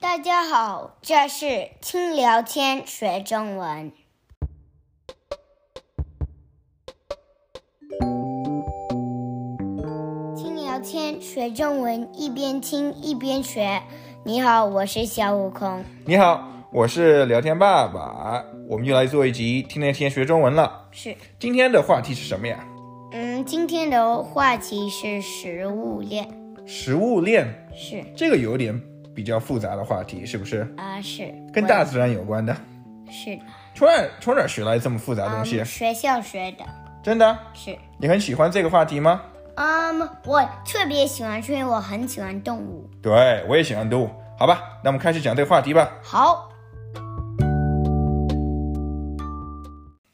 大家好，这是轻聊天学中文。轻聊天学中文，一边听一边学。你好，我是小悟空。你好，我是聊天爸爸，我们又来做一集听聊天学中文了。是，今天的话题是什么呀？嗯，今天的话题是食物链。食物链，是这个有点比较复杂的话题，是不是？啊，是跟我大自然有关的。是的，从哪从哪学来这么复杂的东西？啊嗯，学校学的，真的？是。你很喜欢这个话题吗？嗯，我特别喜欢，是因为我很喜欢动物。对，我也喜欢动物。好吧，那我们开始讲这个话题吧。好，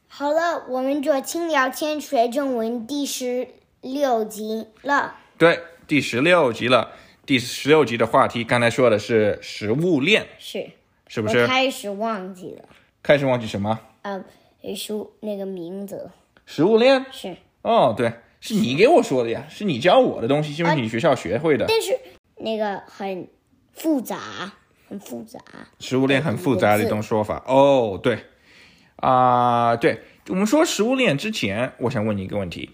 好了，我们这轻聊天学中文第十六集了。对，第十六集了。第十六集的话题，刚才说的是食物链，是，是不我是？开始忘记了，开始忘记什么？呃，书那个名字食物链？是，哦，对，是你给我说的呀，是你教我的东西，就是你学校学会的。但是那个很复杂，很复杂。食物链很复杂的一种说法。哦，对，啊、对，我们说食物链之前，我想问你一个问题：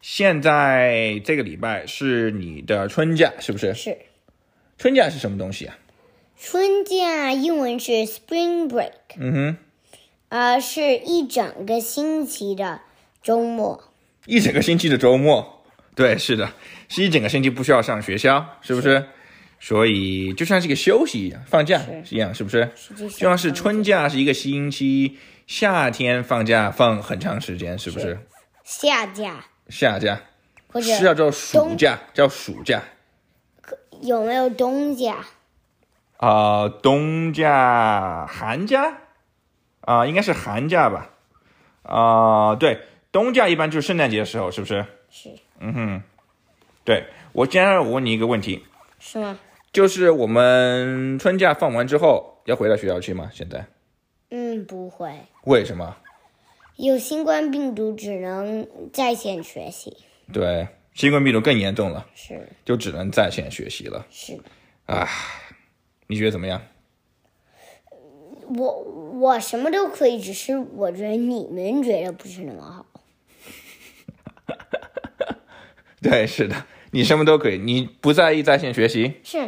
现在这个礼拜是你的春假，是不是？是，春假是什么东西啊？春假英文是 Spring Break，嗯哼，呃，是一整个星期的周末。一整个星期的周末。对，是的，是一整个星期不需要上学校，是不是？所以就像是一个休息一样，放假一样，是不是？实际上就像是春假是一个星期，夏天放假放很长时间，是不是？下假夏假或者是啊要叫暑假，叫暑假有没有冬假？啊、冬假、寒假啊、应该是寒假吧？啊、对，冬假一般就是圣诞节的时候，是不是？是对我今天我问你一个问题，是吗？就是我们春假放完之后要回到学校去吗？现在嗯，不会。为什么？有新冠病毒，只能在线学习。对，新冠病毒更严重了，是就只能在线学习了。是的，你觉得怎么样？我我什么都可以，只是我觉得你们觉得不是那么好。对，是的，你什么都可以，你不在意在线学习，是，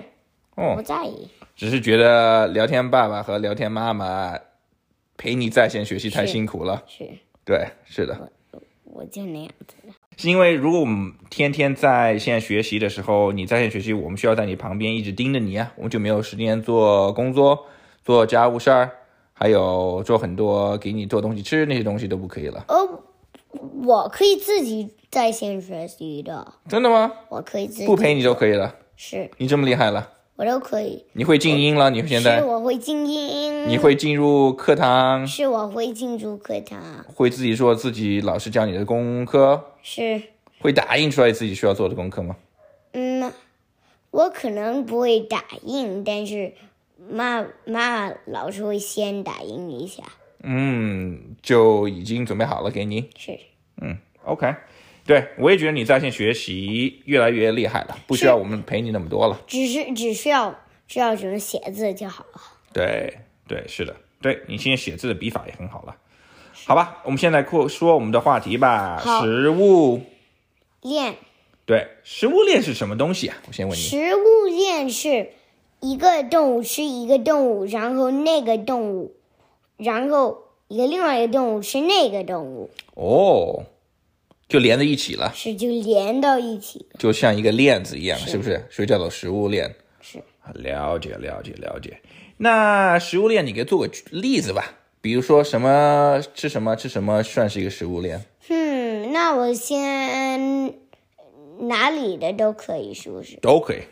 哦我不在意。只是觉得聊天爸爸和聊天妈妈陪你在线学习太辛苦了。是对，是的，我啊就那样子的。是因为如果我们天天在线学习的时候，你在线学习，我们需要在你旁边一直盯着你啊，我们就没有时间做工作、做家务事儿，还有做很多给你做东西吃那些东西都不可以了。哦，我可以自己在线学习的，真的吗？我可以自己不陪你都可以了，是你这么厉害了，我都可以。你会静音了，你现是在我会静音，你会进入课堂。是我会进入课堂，会自己做自己老师教你的功课，是。会打印出来自己需要做的功课吗？嗯，我可能不会打印，但是妈妈老师会先打印一下。嗯，就已经准备好了给你。是， OK，对我也觉得你在线学习越来越厉害了，不需要我们陪你那么多了。只是只需要知道怎么写字就好了。对对，是的，对你现在写字的笔法也很好了。好吧，我们现在扩说我们的话题吧。好食物，链对，食物链是什么东西啊？我先问你。食物链是一个动物吃一个动物，然后那个动物，然后一个另外一个动物吃那个动物，哦，就连在一起了，是就连到一起了。就像一个链子一样，是不是？所以叫做食物链。是，了解了解了解。那食物链，你给做个举例子吧，比如说什么吃什么吃什么算是一个食物链？嗯，那我先哪里的都可以，是不是？都可以。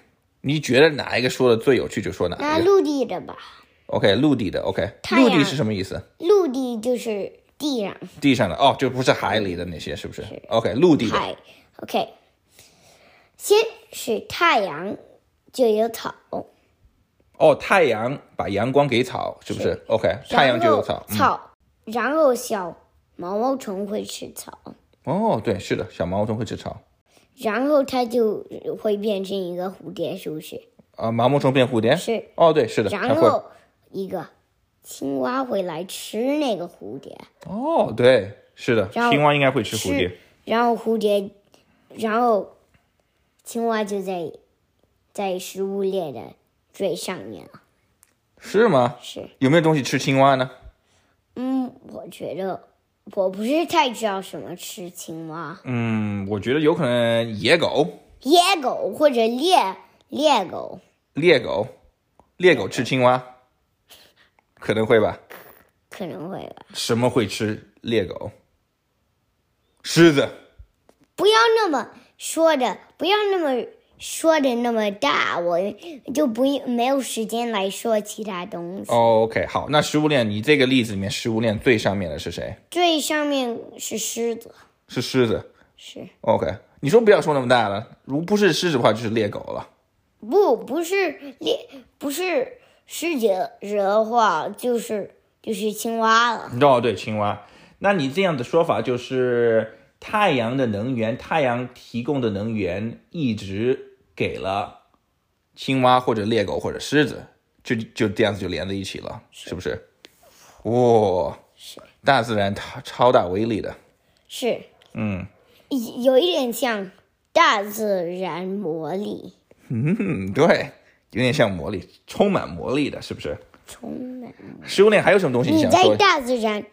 你觉得哪一个说的最有趣就说哪那一个。陆地的吧。 OK，陆地的 OK，太阳陆地是什么意思？陆地就是地上地上的哦，就不是海里的那些，是不是 o k 陆地的海。OK，先是太阳，就有草，哦，太阳把阳光给草，是不是 o k 太阳就有草。嗯然后草，然后小毛毛虫会吃草，哦，对，是的，小毛虫会吃草。然后它就会变成一个蝴蝶，是不是？啊，毛毛虫变蝴蝶是，哦，对，是的，它然会后一个青蛙会来吃那个蝴蝶，哦，对，是的，然后青蛙应该会吃蝴蝶是，然后蝴蝶，然后青蛙就在在食物链的最上面了。是吗？是，有没有东西吃青蛙呢？嗯，我觉得我不是太知道什么吃青蛙，嗯，我觉得有可能野狗、野狗或者猎猎狗，猎狗、猎狗吃青蛙，可能会吧？可能会吧。什么会吃猎狗？狮子。不要那么说的，不要那么说的那么大，我就不没有时间来说其他东西。哦 OK，好，那食物链，你这个例子里面食物链最上面的是谁？最上面是狮子，是狮子。是 OK，你说不要说那么大了，如不是狮子的话，就是猎狗了。不不是猎不是狮子的话，就是就是青蛙了。哦，对，青蛙。那你这样的说法就是，太阳的能源，太阳提供的能源一直给了青蛙或者猎狗或者狮子，就就这样子就连在一起了，是不是？哇、大自然超超大威力的，是，嗯一有一点像大自然魔力，嗯，对，有点像魔力，充满魔力的，是不是？充满魔力。食物链还有什么东西你想在说？大自然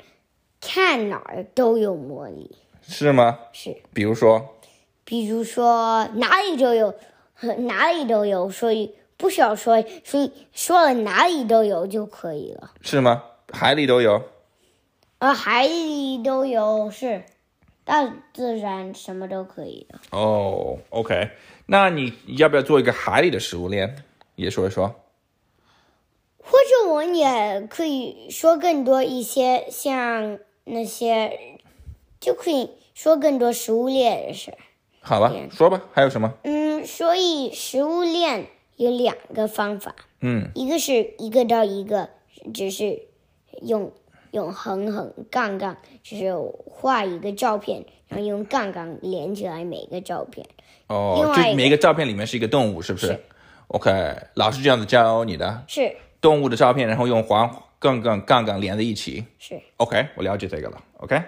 看哪儿都有魔力，是吗？是。比如说，比如说哪里都有，哪里都有，所以不需要说，所以说了哪里都有就可以了。是吗？海里都有，而海里都有是大自然什么都可以的。哦、o k 那你要不要做一个海里的食物链，也说一说？或者我也可以说更多一些像那些，就可以说更多食物链的事。好吧，说吧，还有什么？嗯，所以食物链有两个方法，嗯，一个是一个到一个，只是用用横横杠杠，只是画一个照片，然后用杠杠连起来每个照片。另哦外，一这个每一个照片里面是一个动物，是不是 o k 老师这样子教你的是动物的照片，然后用黄杠杠杠杠连在一起。是， OK，我了解这个了。OK，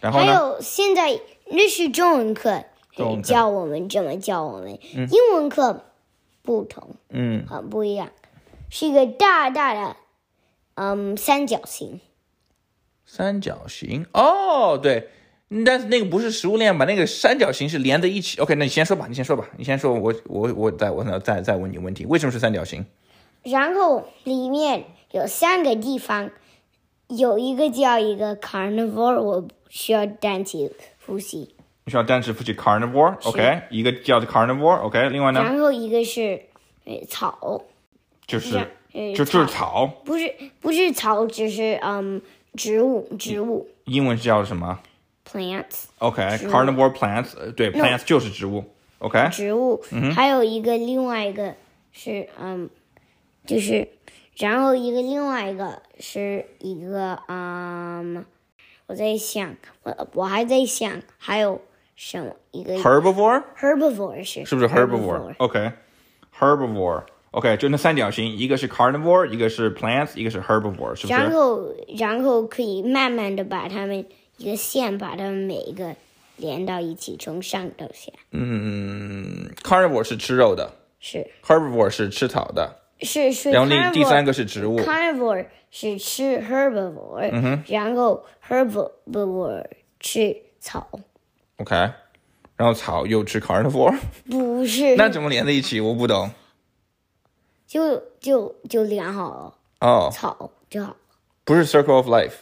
然后还呢？有现在那是中文课中文课教我们这么教我们，英文课不同，嗯，很不一样，是一个大大的嗯三角形。三角形。哦，对，嗯但是那个不是食物链吧？那个三角形是连在一起。OK，那你先说吧，你先说吧，你先说，我我我再我再再问你问题，为什么是三角形？然后里面有三个地方，有一个叫一个 carnivore，我需要单词复习。需要单词复习 carnivore，OK，、一个叫做 carnivore，OK，、另外呢然后一个是呃草，就是然呃就就是草，不是不是草，只是嗯植物植物英文是叫什么 plants ？OK，carnivore、carnivore plants，呃对，plants 就是植物，OK，植物，嗯还有一个另外一个是嗯就是，然后一个另外一个是一个嗯，我在想我我还在想还有什么一个 herbivore herbivore 是是不是 herbivore？OK，herbivore，OK，、就那三角形，一个是 carnivore，一个是 plants，一个是 herbivore，是不然是？后然后可以慢慢的把它们一个线把它们每一个连到一起，从上到下。嗯，carnivore 是吃肉的是，herbivore 是吃草的，是是。然后另第三个是植物 carnivore 是吃 herbivore，、然嗯后 herbivore 吃草， ，OK，然后草又吃 carnivore，不是那怎么连在一起？我不懂。就就就量好哦、草就好。不是 Circle of Life，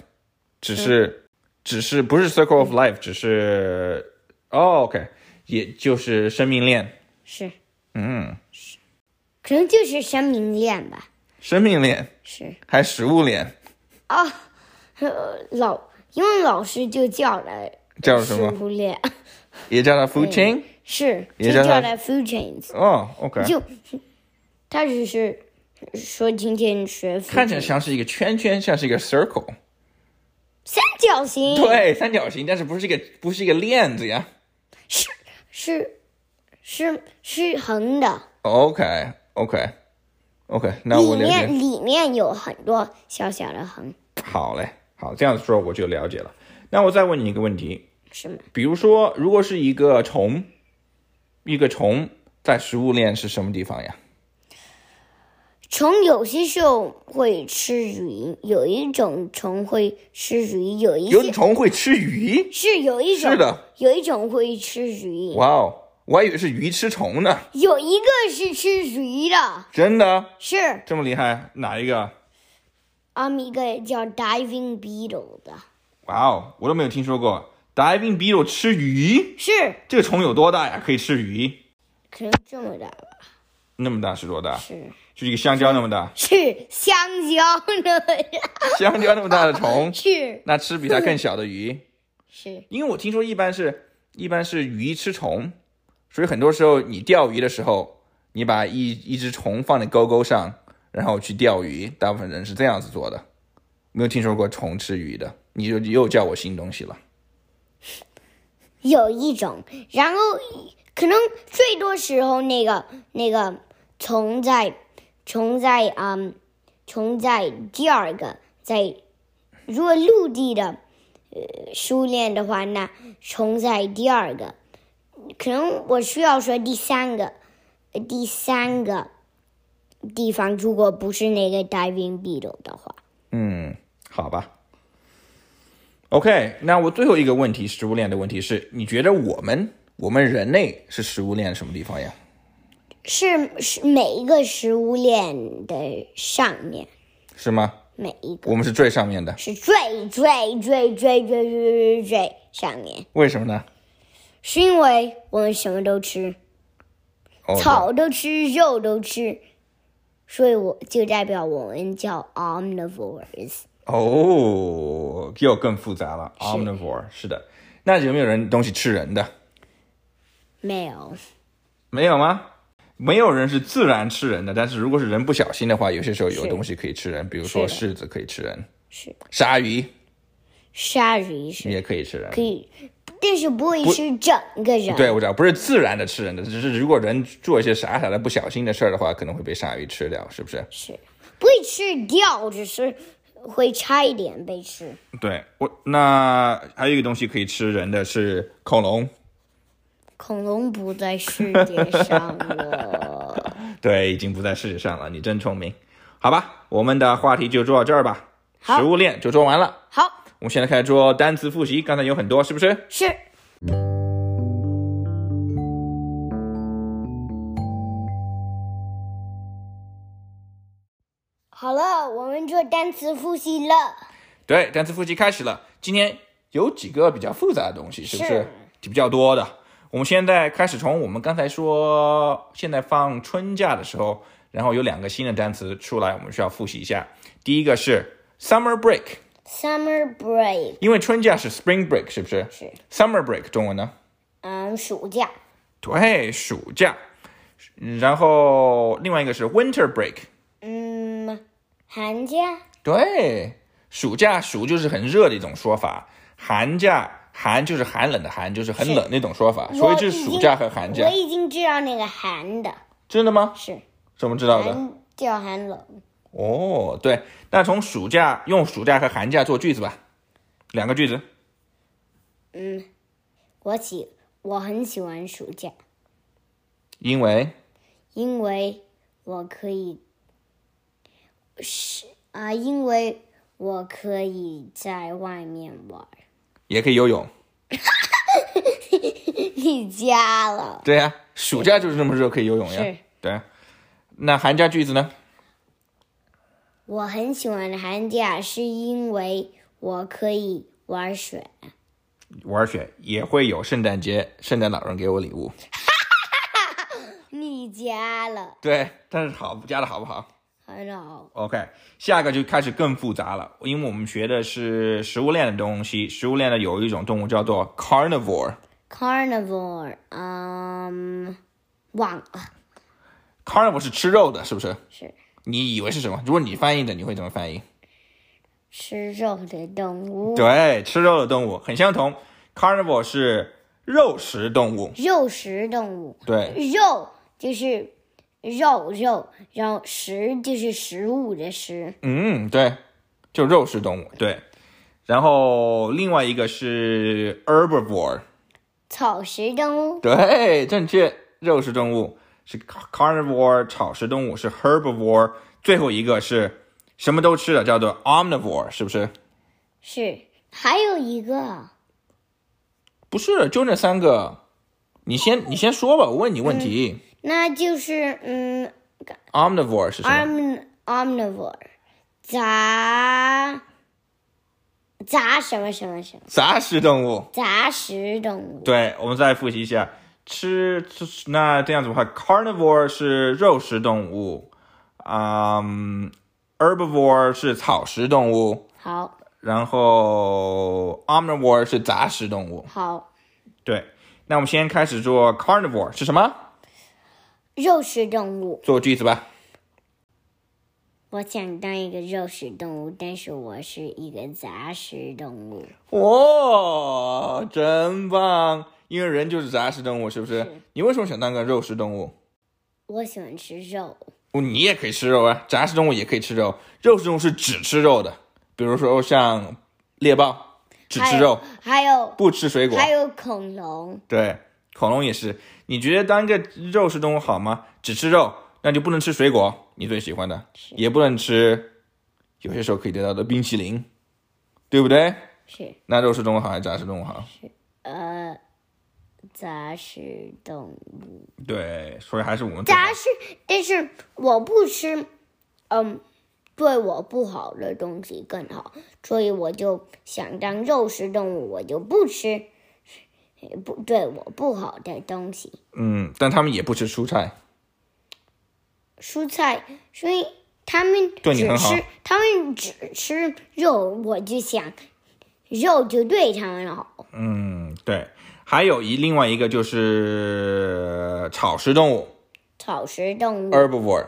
只是、只是不是 Circle of Life，只是哦，OK，也就是生命链，是，嗯，可能就是生命链吧。生命链是还食物链啊、呃老英文老师就叫了叫什么？食物链。也叫它 food chain、是，也就叫它叫它 food chains，哦，OK，就他只是说今天学 food 看起来 chain 像是一个圈圈，像是一个 circle，三角形，，对，三角形，但是不是一个不是一个链子呀是是是横的， ？OK， OK OK，那里我了解面。里面有很多小小的横，好嘞，好，这样子说我就了解了。那我再问你一个问题，是吗？比如说，如果是一个虫，一个虫在食物链是什么地方呀？虫有些时候会吃鱼，有一种虫会吃鱼，有一有些虫会吃鱼？是有一种是的，有一种会吃鱼，哇哦，我还以为是鱼吃虫呢，有一个是吃鱼的，真的是这么厉害？哪一个？啊，一个叫 diving beetle 的，哇哦，我都没有听说过 diving beetle 吃鱼，是这个虫有多大呀？可以吃鱼？可能这么大吧，那么大是多大？是就是一个香蕉那 么大，是香蕉那么大，，香蕉那么大的 虫是那吃比它更小的鱼。是因为我听说一般是一般是鱼吃虫，所以很多时候你钓鱼的时候，你把一一只虫放在钩钩上，然后去钓鱼，大部分人是这样子做的。没有听说过虫吃鱼的，你就又叫我新东西了。有一种，然后可能最多时候那个那个虫在虫在嗯虫在第二个在，如果陆地的呃书练的话，那虫在第二个，可能我需要说第三个呃第三个地方，如果不是那个 diving beetle 的话，嗯，好吧。OK，那我最后一个问题，食物链的问题是，你觉得我们我们人类是食物链什么地方呀？是是每一个食物链的上面是吗？每一个。我们是最上面的，是最最最最最最最最上面，为什么呢？是因为我们什么都吃，哦，草都吃，肉都吃，所以我就代表我们叫 omnivores。哦，又更复杂了。Omnivore 是的，那有没有人东西吃人的？没有，没有吗？没有人是自然吃人的，但是如果是人不小心的话，有些时候有是东西可以吃人，比如说柿子可以吃人，是鲨鱼鲨鱼是也可以吃人可。以，但是不会吃整个人。对，我知道，不是自然的吃人的，只是如果人做一些傻傻的不小心的事儿的话，可能会被鲨鱼吃掉，是不是？是不会吃掉，只是会差一点被吃。对我，那还有一个东西可以吃人的是恐龙，恐龙不在世界上了。 对，已经不在世界上了。你真聪明，好吧，我们的话题就做到这儿吧。好食物链就做完了，好，我们现在开始做单词复习。刚才有很多，是不是？是好了，我们做单词复习了。对，单词复习开始了。今天有几个比较复杂的东西，是不是是？比较多的。我们现在开始从我们刚才说，现在放春假的时候，然后有两个新的单词出来，我们需要复习一下。第一个是 summer break， Summer break 因为春假是 spring break，是不是？是 summer break 中文呢？嗯暑假，对，暑假。然后另外一个是 winter break，嗯寒假对，暑假暑就是很热的一种说法，寒假寒就是寒冷的寒，就是很冷的一种说法，所我以这已是暑经假和寒假我，已经知道那个寒的真的吗？是怎么知道的？寒叫寒冷，哦，对，那从暑假用暑假和寒假做句子吧，两个句子。我喜我很喜欢暑假，因为因为我可以是啊、因为我可以在外面玩。 也可以游泳，你家了，对呀、暑假就是这么热，可以游泳呀是。对，那寒假句子呢？我很喜欢寒假，是因为我可以玩水。玩雪也会有圣诞节，圣诞老人给我礼物。你家了，对，但是好加的好不好？很好， OK，下个就开始更复杂了，因为我们学的是食物链的东西。食物链的有一种动物叫做 carnivore。 Carnivore，嗯，忘了 carnivore 是吃肉的，是不是？是你以为是什么？如果你翻译的，你会怎么翻译？吃肉的动物，对，吃肉的动物很相同。carnivore 是肉食动物，肉食动物，对肉就是肉肉，然后食就是食物的食，嗯，对，就肉食动物，对。然后另外一个是 herbivore，草食动物。对，正确，肉食动物是 carnivore，草食动物是 herbivore，最后一个是什么都吃的，叫做 omnivore，是不是？是，还有一个不是，就那三个。你先，你先说吧，我问你问题。那就是嗯 omnivore 是什么？ ，om omnivore，杂杂什么什么什么杂食动物。杂食动物。对，我们再复习一下，吃吃那这样子的话，carnivore 是肉食动物，嗯，herbivore 是草食动物，好，然后 omnivore 是杂食动物。好，对，那我们先开始做 carnivore 是什么？肉食动物。做句子吧。我想当一个肉食动物，但是我是一个杂食动物。哦，真棒！因为人就是杂食动物，是不是？你为什么想当个肉食动物？我喜欢吃肉，哦，你也可以吃肉啊，杂食动物也可以吃肉，肉食动物是只吃肉的，比如说像猎豹，只吃肉，还有不吃水果还。有恐龙，对，恐龙也是。你觉得当一个肉食动物好吗？只吃肉，那就不能吃水果，你最喜欢的，也不能吃，有些时候可以得到的冰淇淋，对不对？是那肉食动物好还是杂食动物好？呃杂食动物。对，所以还是我们最好杂食，但是我不吃，嗯，对我不好的东西更好，所以我就想当肉食动物，我就不吃不对我不好的东西，嗯，但他们也不吃蔬菜。蔬菜，所以他们对你只很好吃，他们只吃肉，我就想肉就对他们好，嗯，对。还有一另外一个就是呃草食动物草食动物。 herbivore，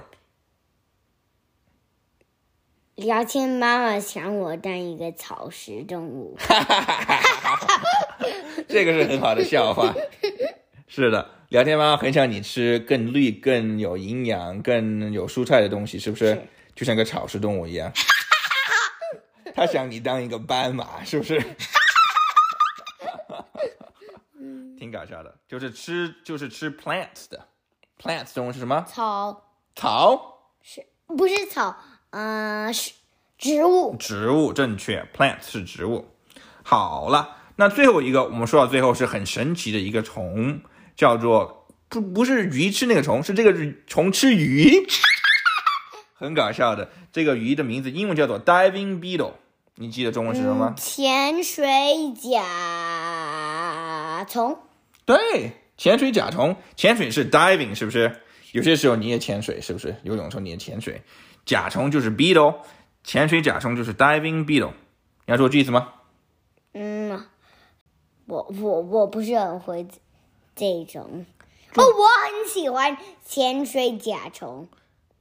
聊天妈妈想我当一个草食动物，这个是很好的笑话。是的，聊天妈妈很想你吃更绿、更有营养、更有蔬菜的东西，是不是？是就像个草食动物一样。她想你当一个斑马，是不是？ 挺搞笑的，就是吃就是吃 plants 的，plants 中文是什么？草草。不是草，呃，是植物。植物正确，plant 是植物。好了，那最后一个我们说到最后是很神奇的一个虫，叫做不不是鱼吃那个虫，是这个虫吃鱼， 很搞笑的。这个鱼的名字英文叫做 diving beetle，你记得中文是什么吗？潜嗯水甲虫，对，潜水甲虫，潜水是 diving，是不是？有些时候你也潜水，是不是？游泳的时候你也潜水。甲虫就是 beetle，潜水甲虫就是 diving beetle。你要说句子吗？嗯，我我我不是很会这这种，哦，我很喜欢潜水甲虫，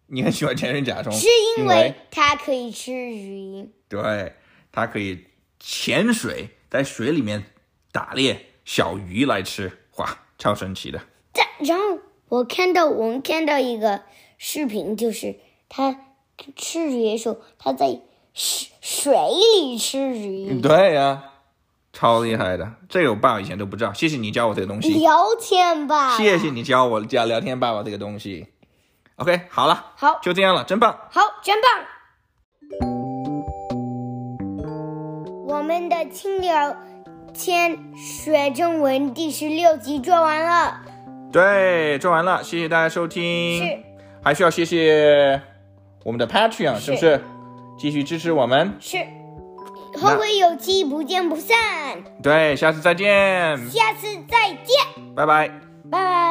你很喜欢潜水甲虫，是因为它可以吃鱼，对它可以潜水，在水里面打猎小鱼来吃，哇，超神奇的！但然后我看到我们看到一个视频，就是它吃鱼的时候，它在水水里吃鱼。对呀、超厉害的，这个我爸爸以前都不知道，谢谢你教我这个东西，聊天吧，谢谢你教我教聊天爸爸这个东西。OK，好了，好就这样了，真棒。好，真棒！我们的清流千学中文第十六集做完了，对，做完了，谢谢大家收听。是还需要谢谢我们的 Patreon，是不是是？继续支持我们。是，后会有期，不见不散，对，下次再见，下次再见，拜拜。拜拜。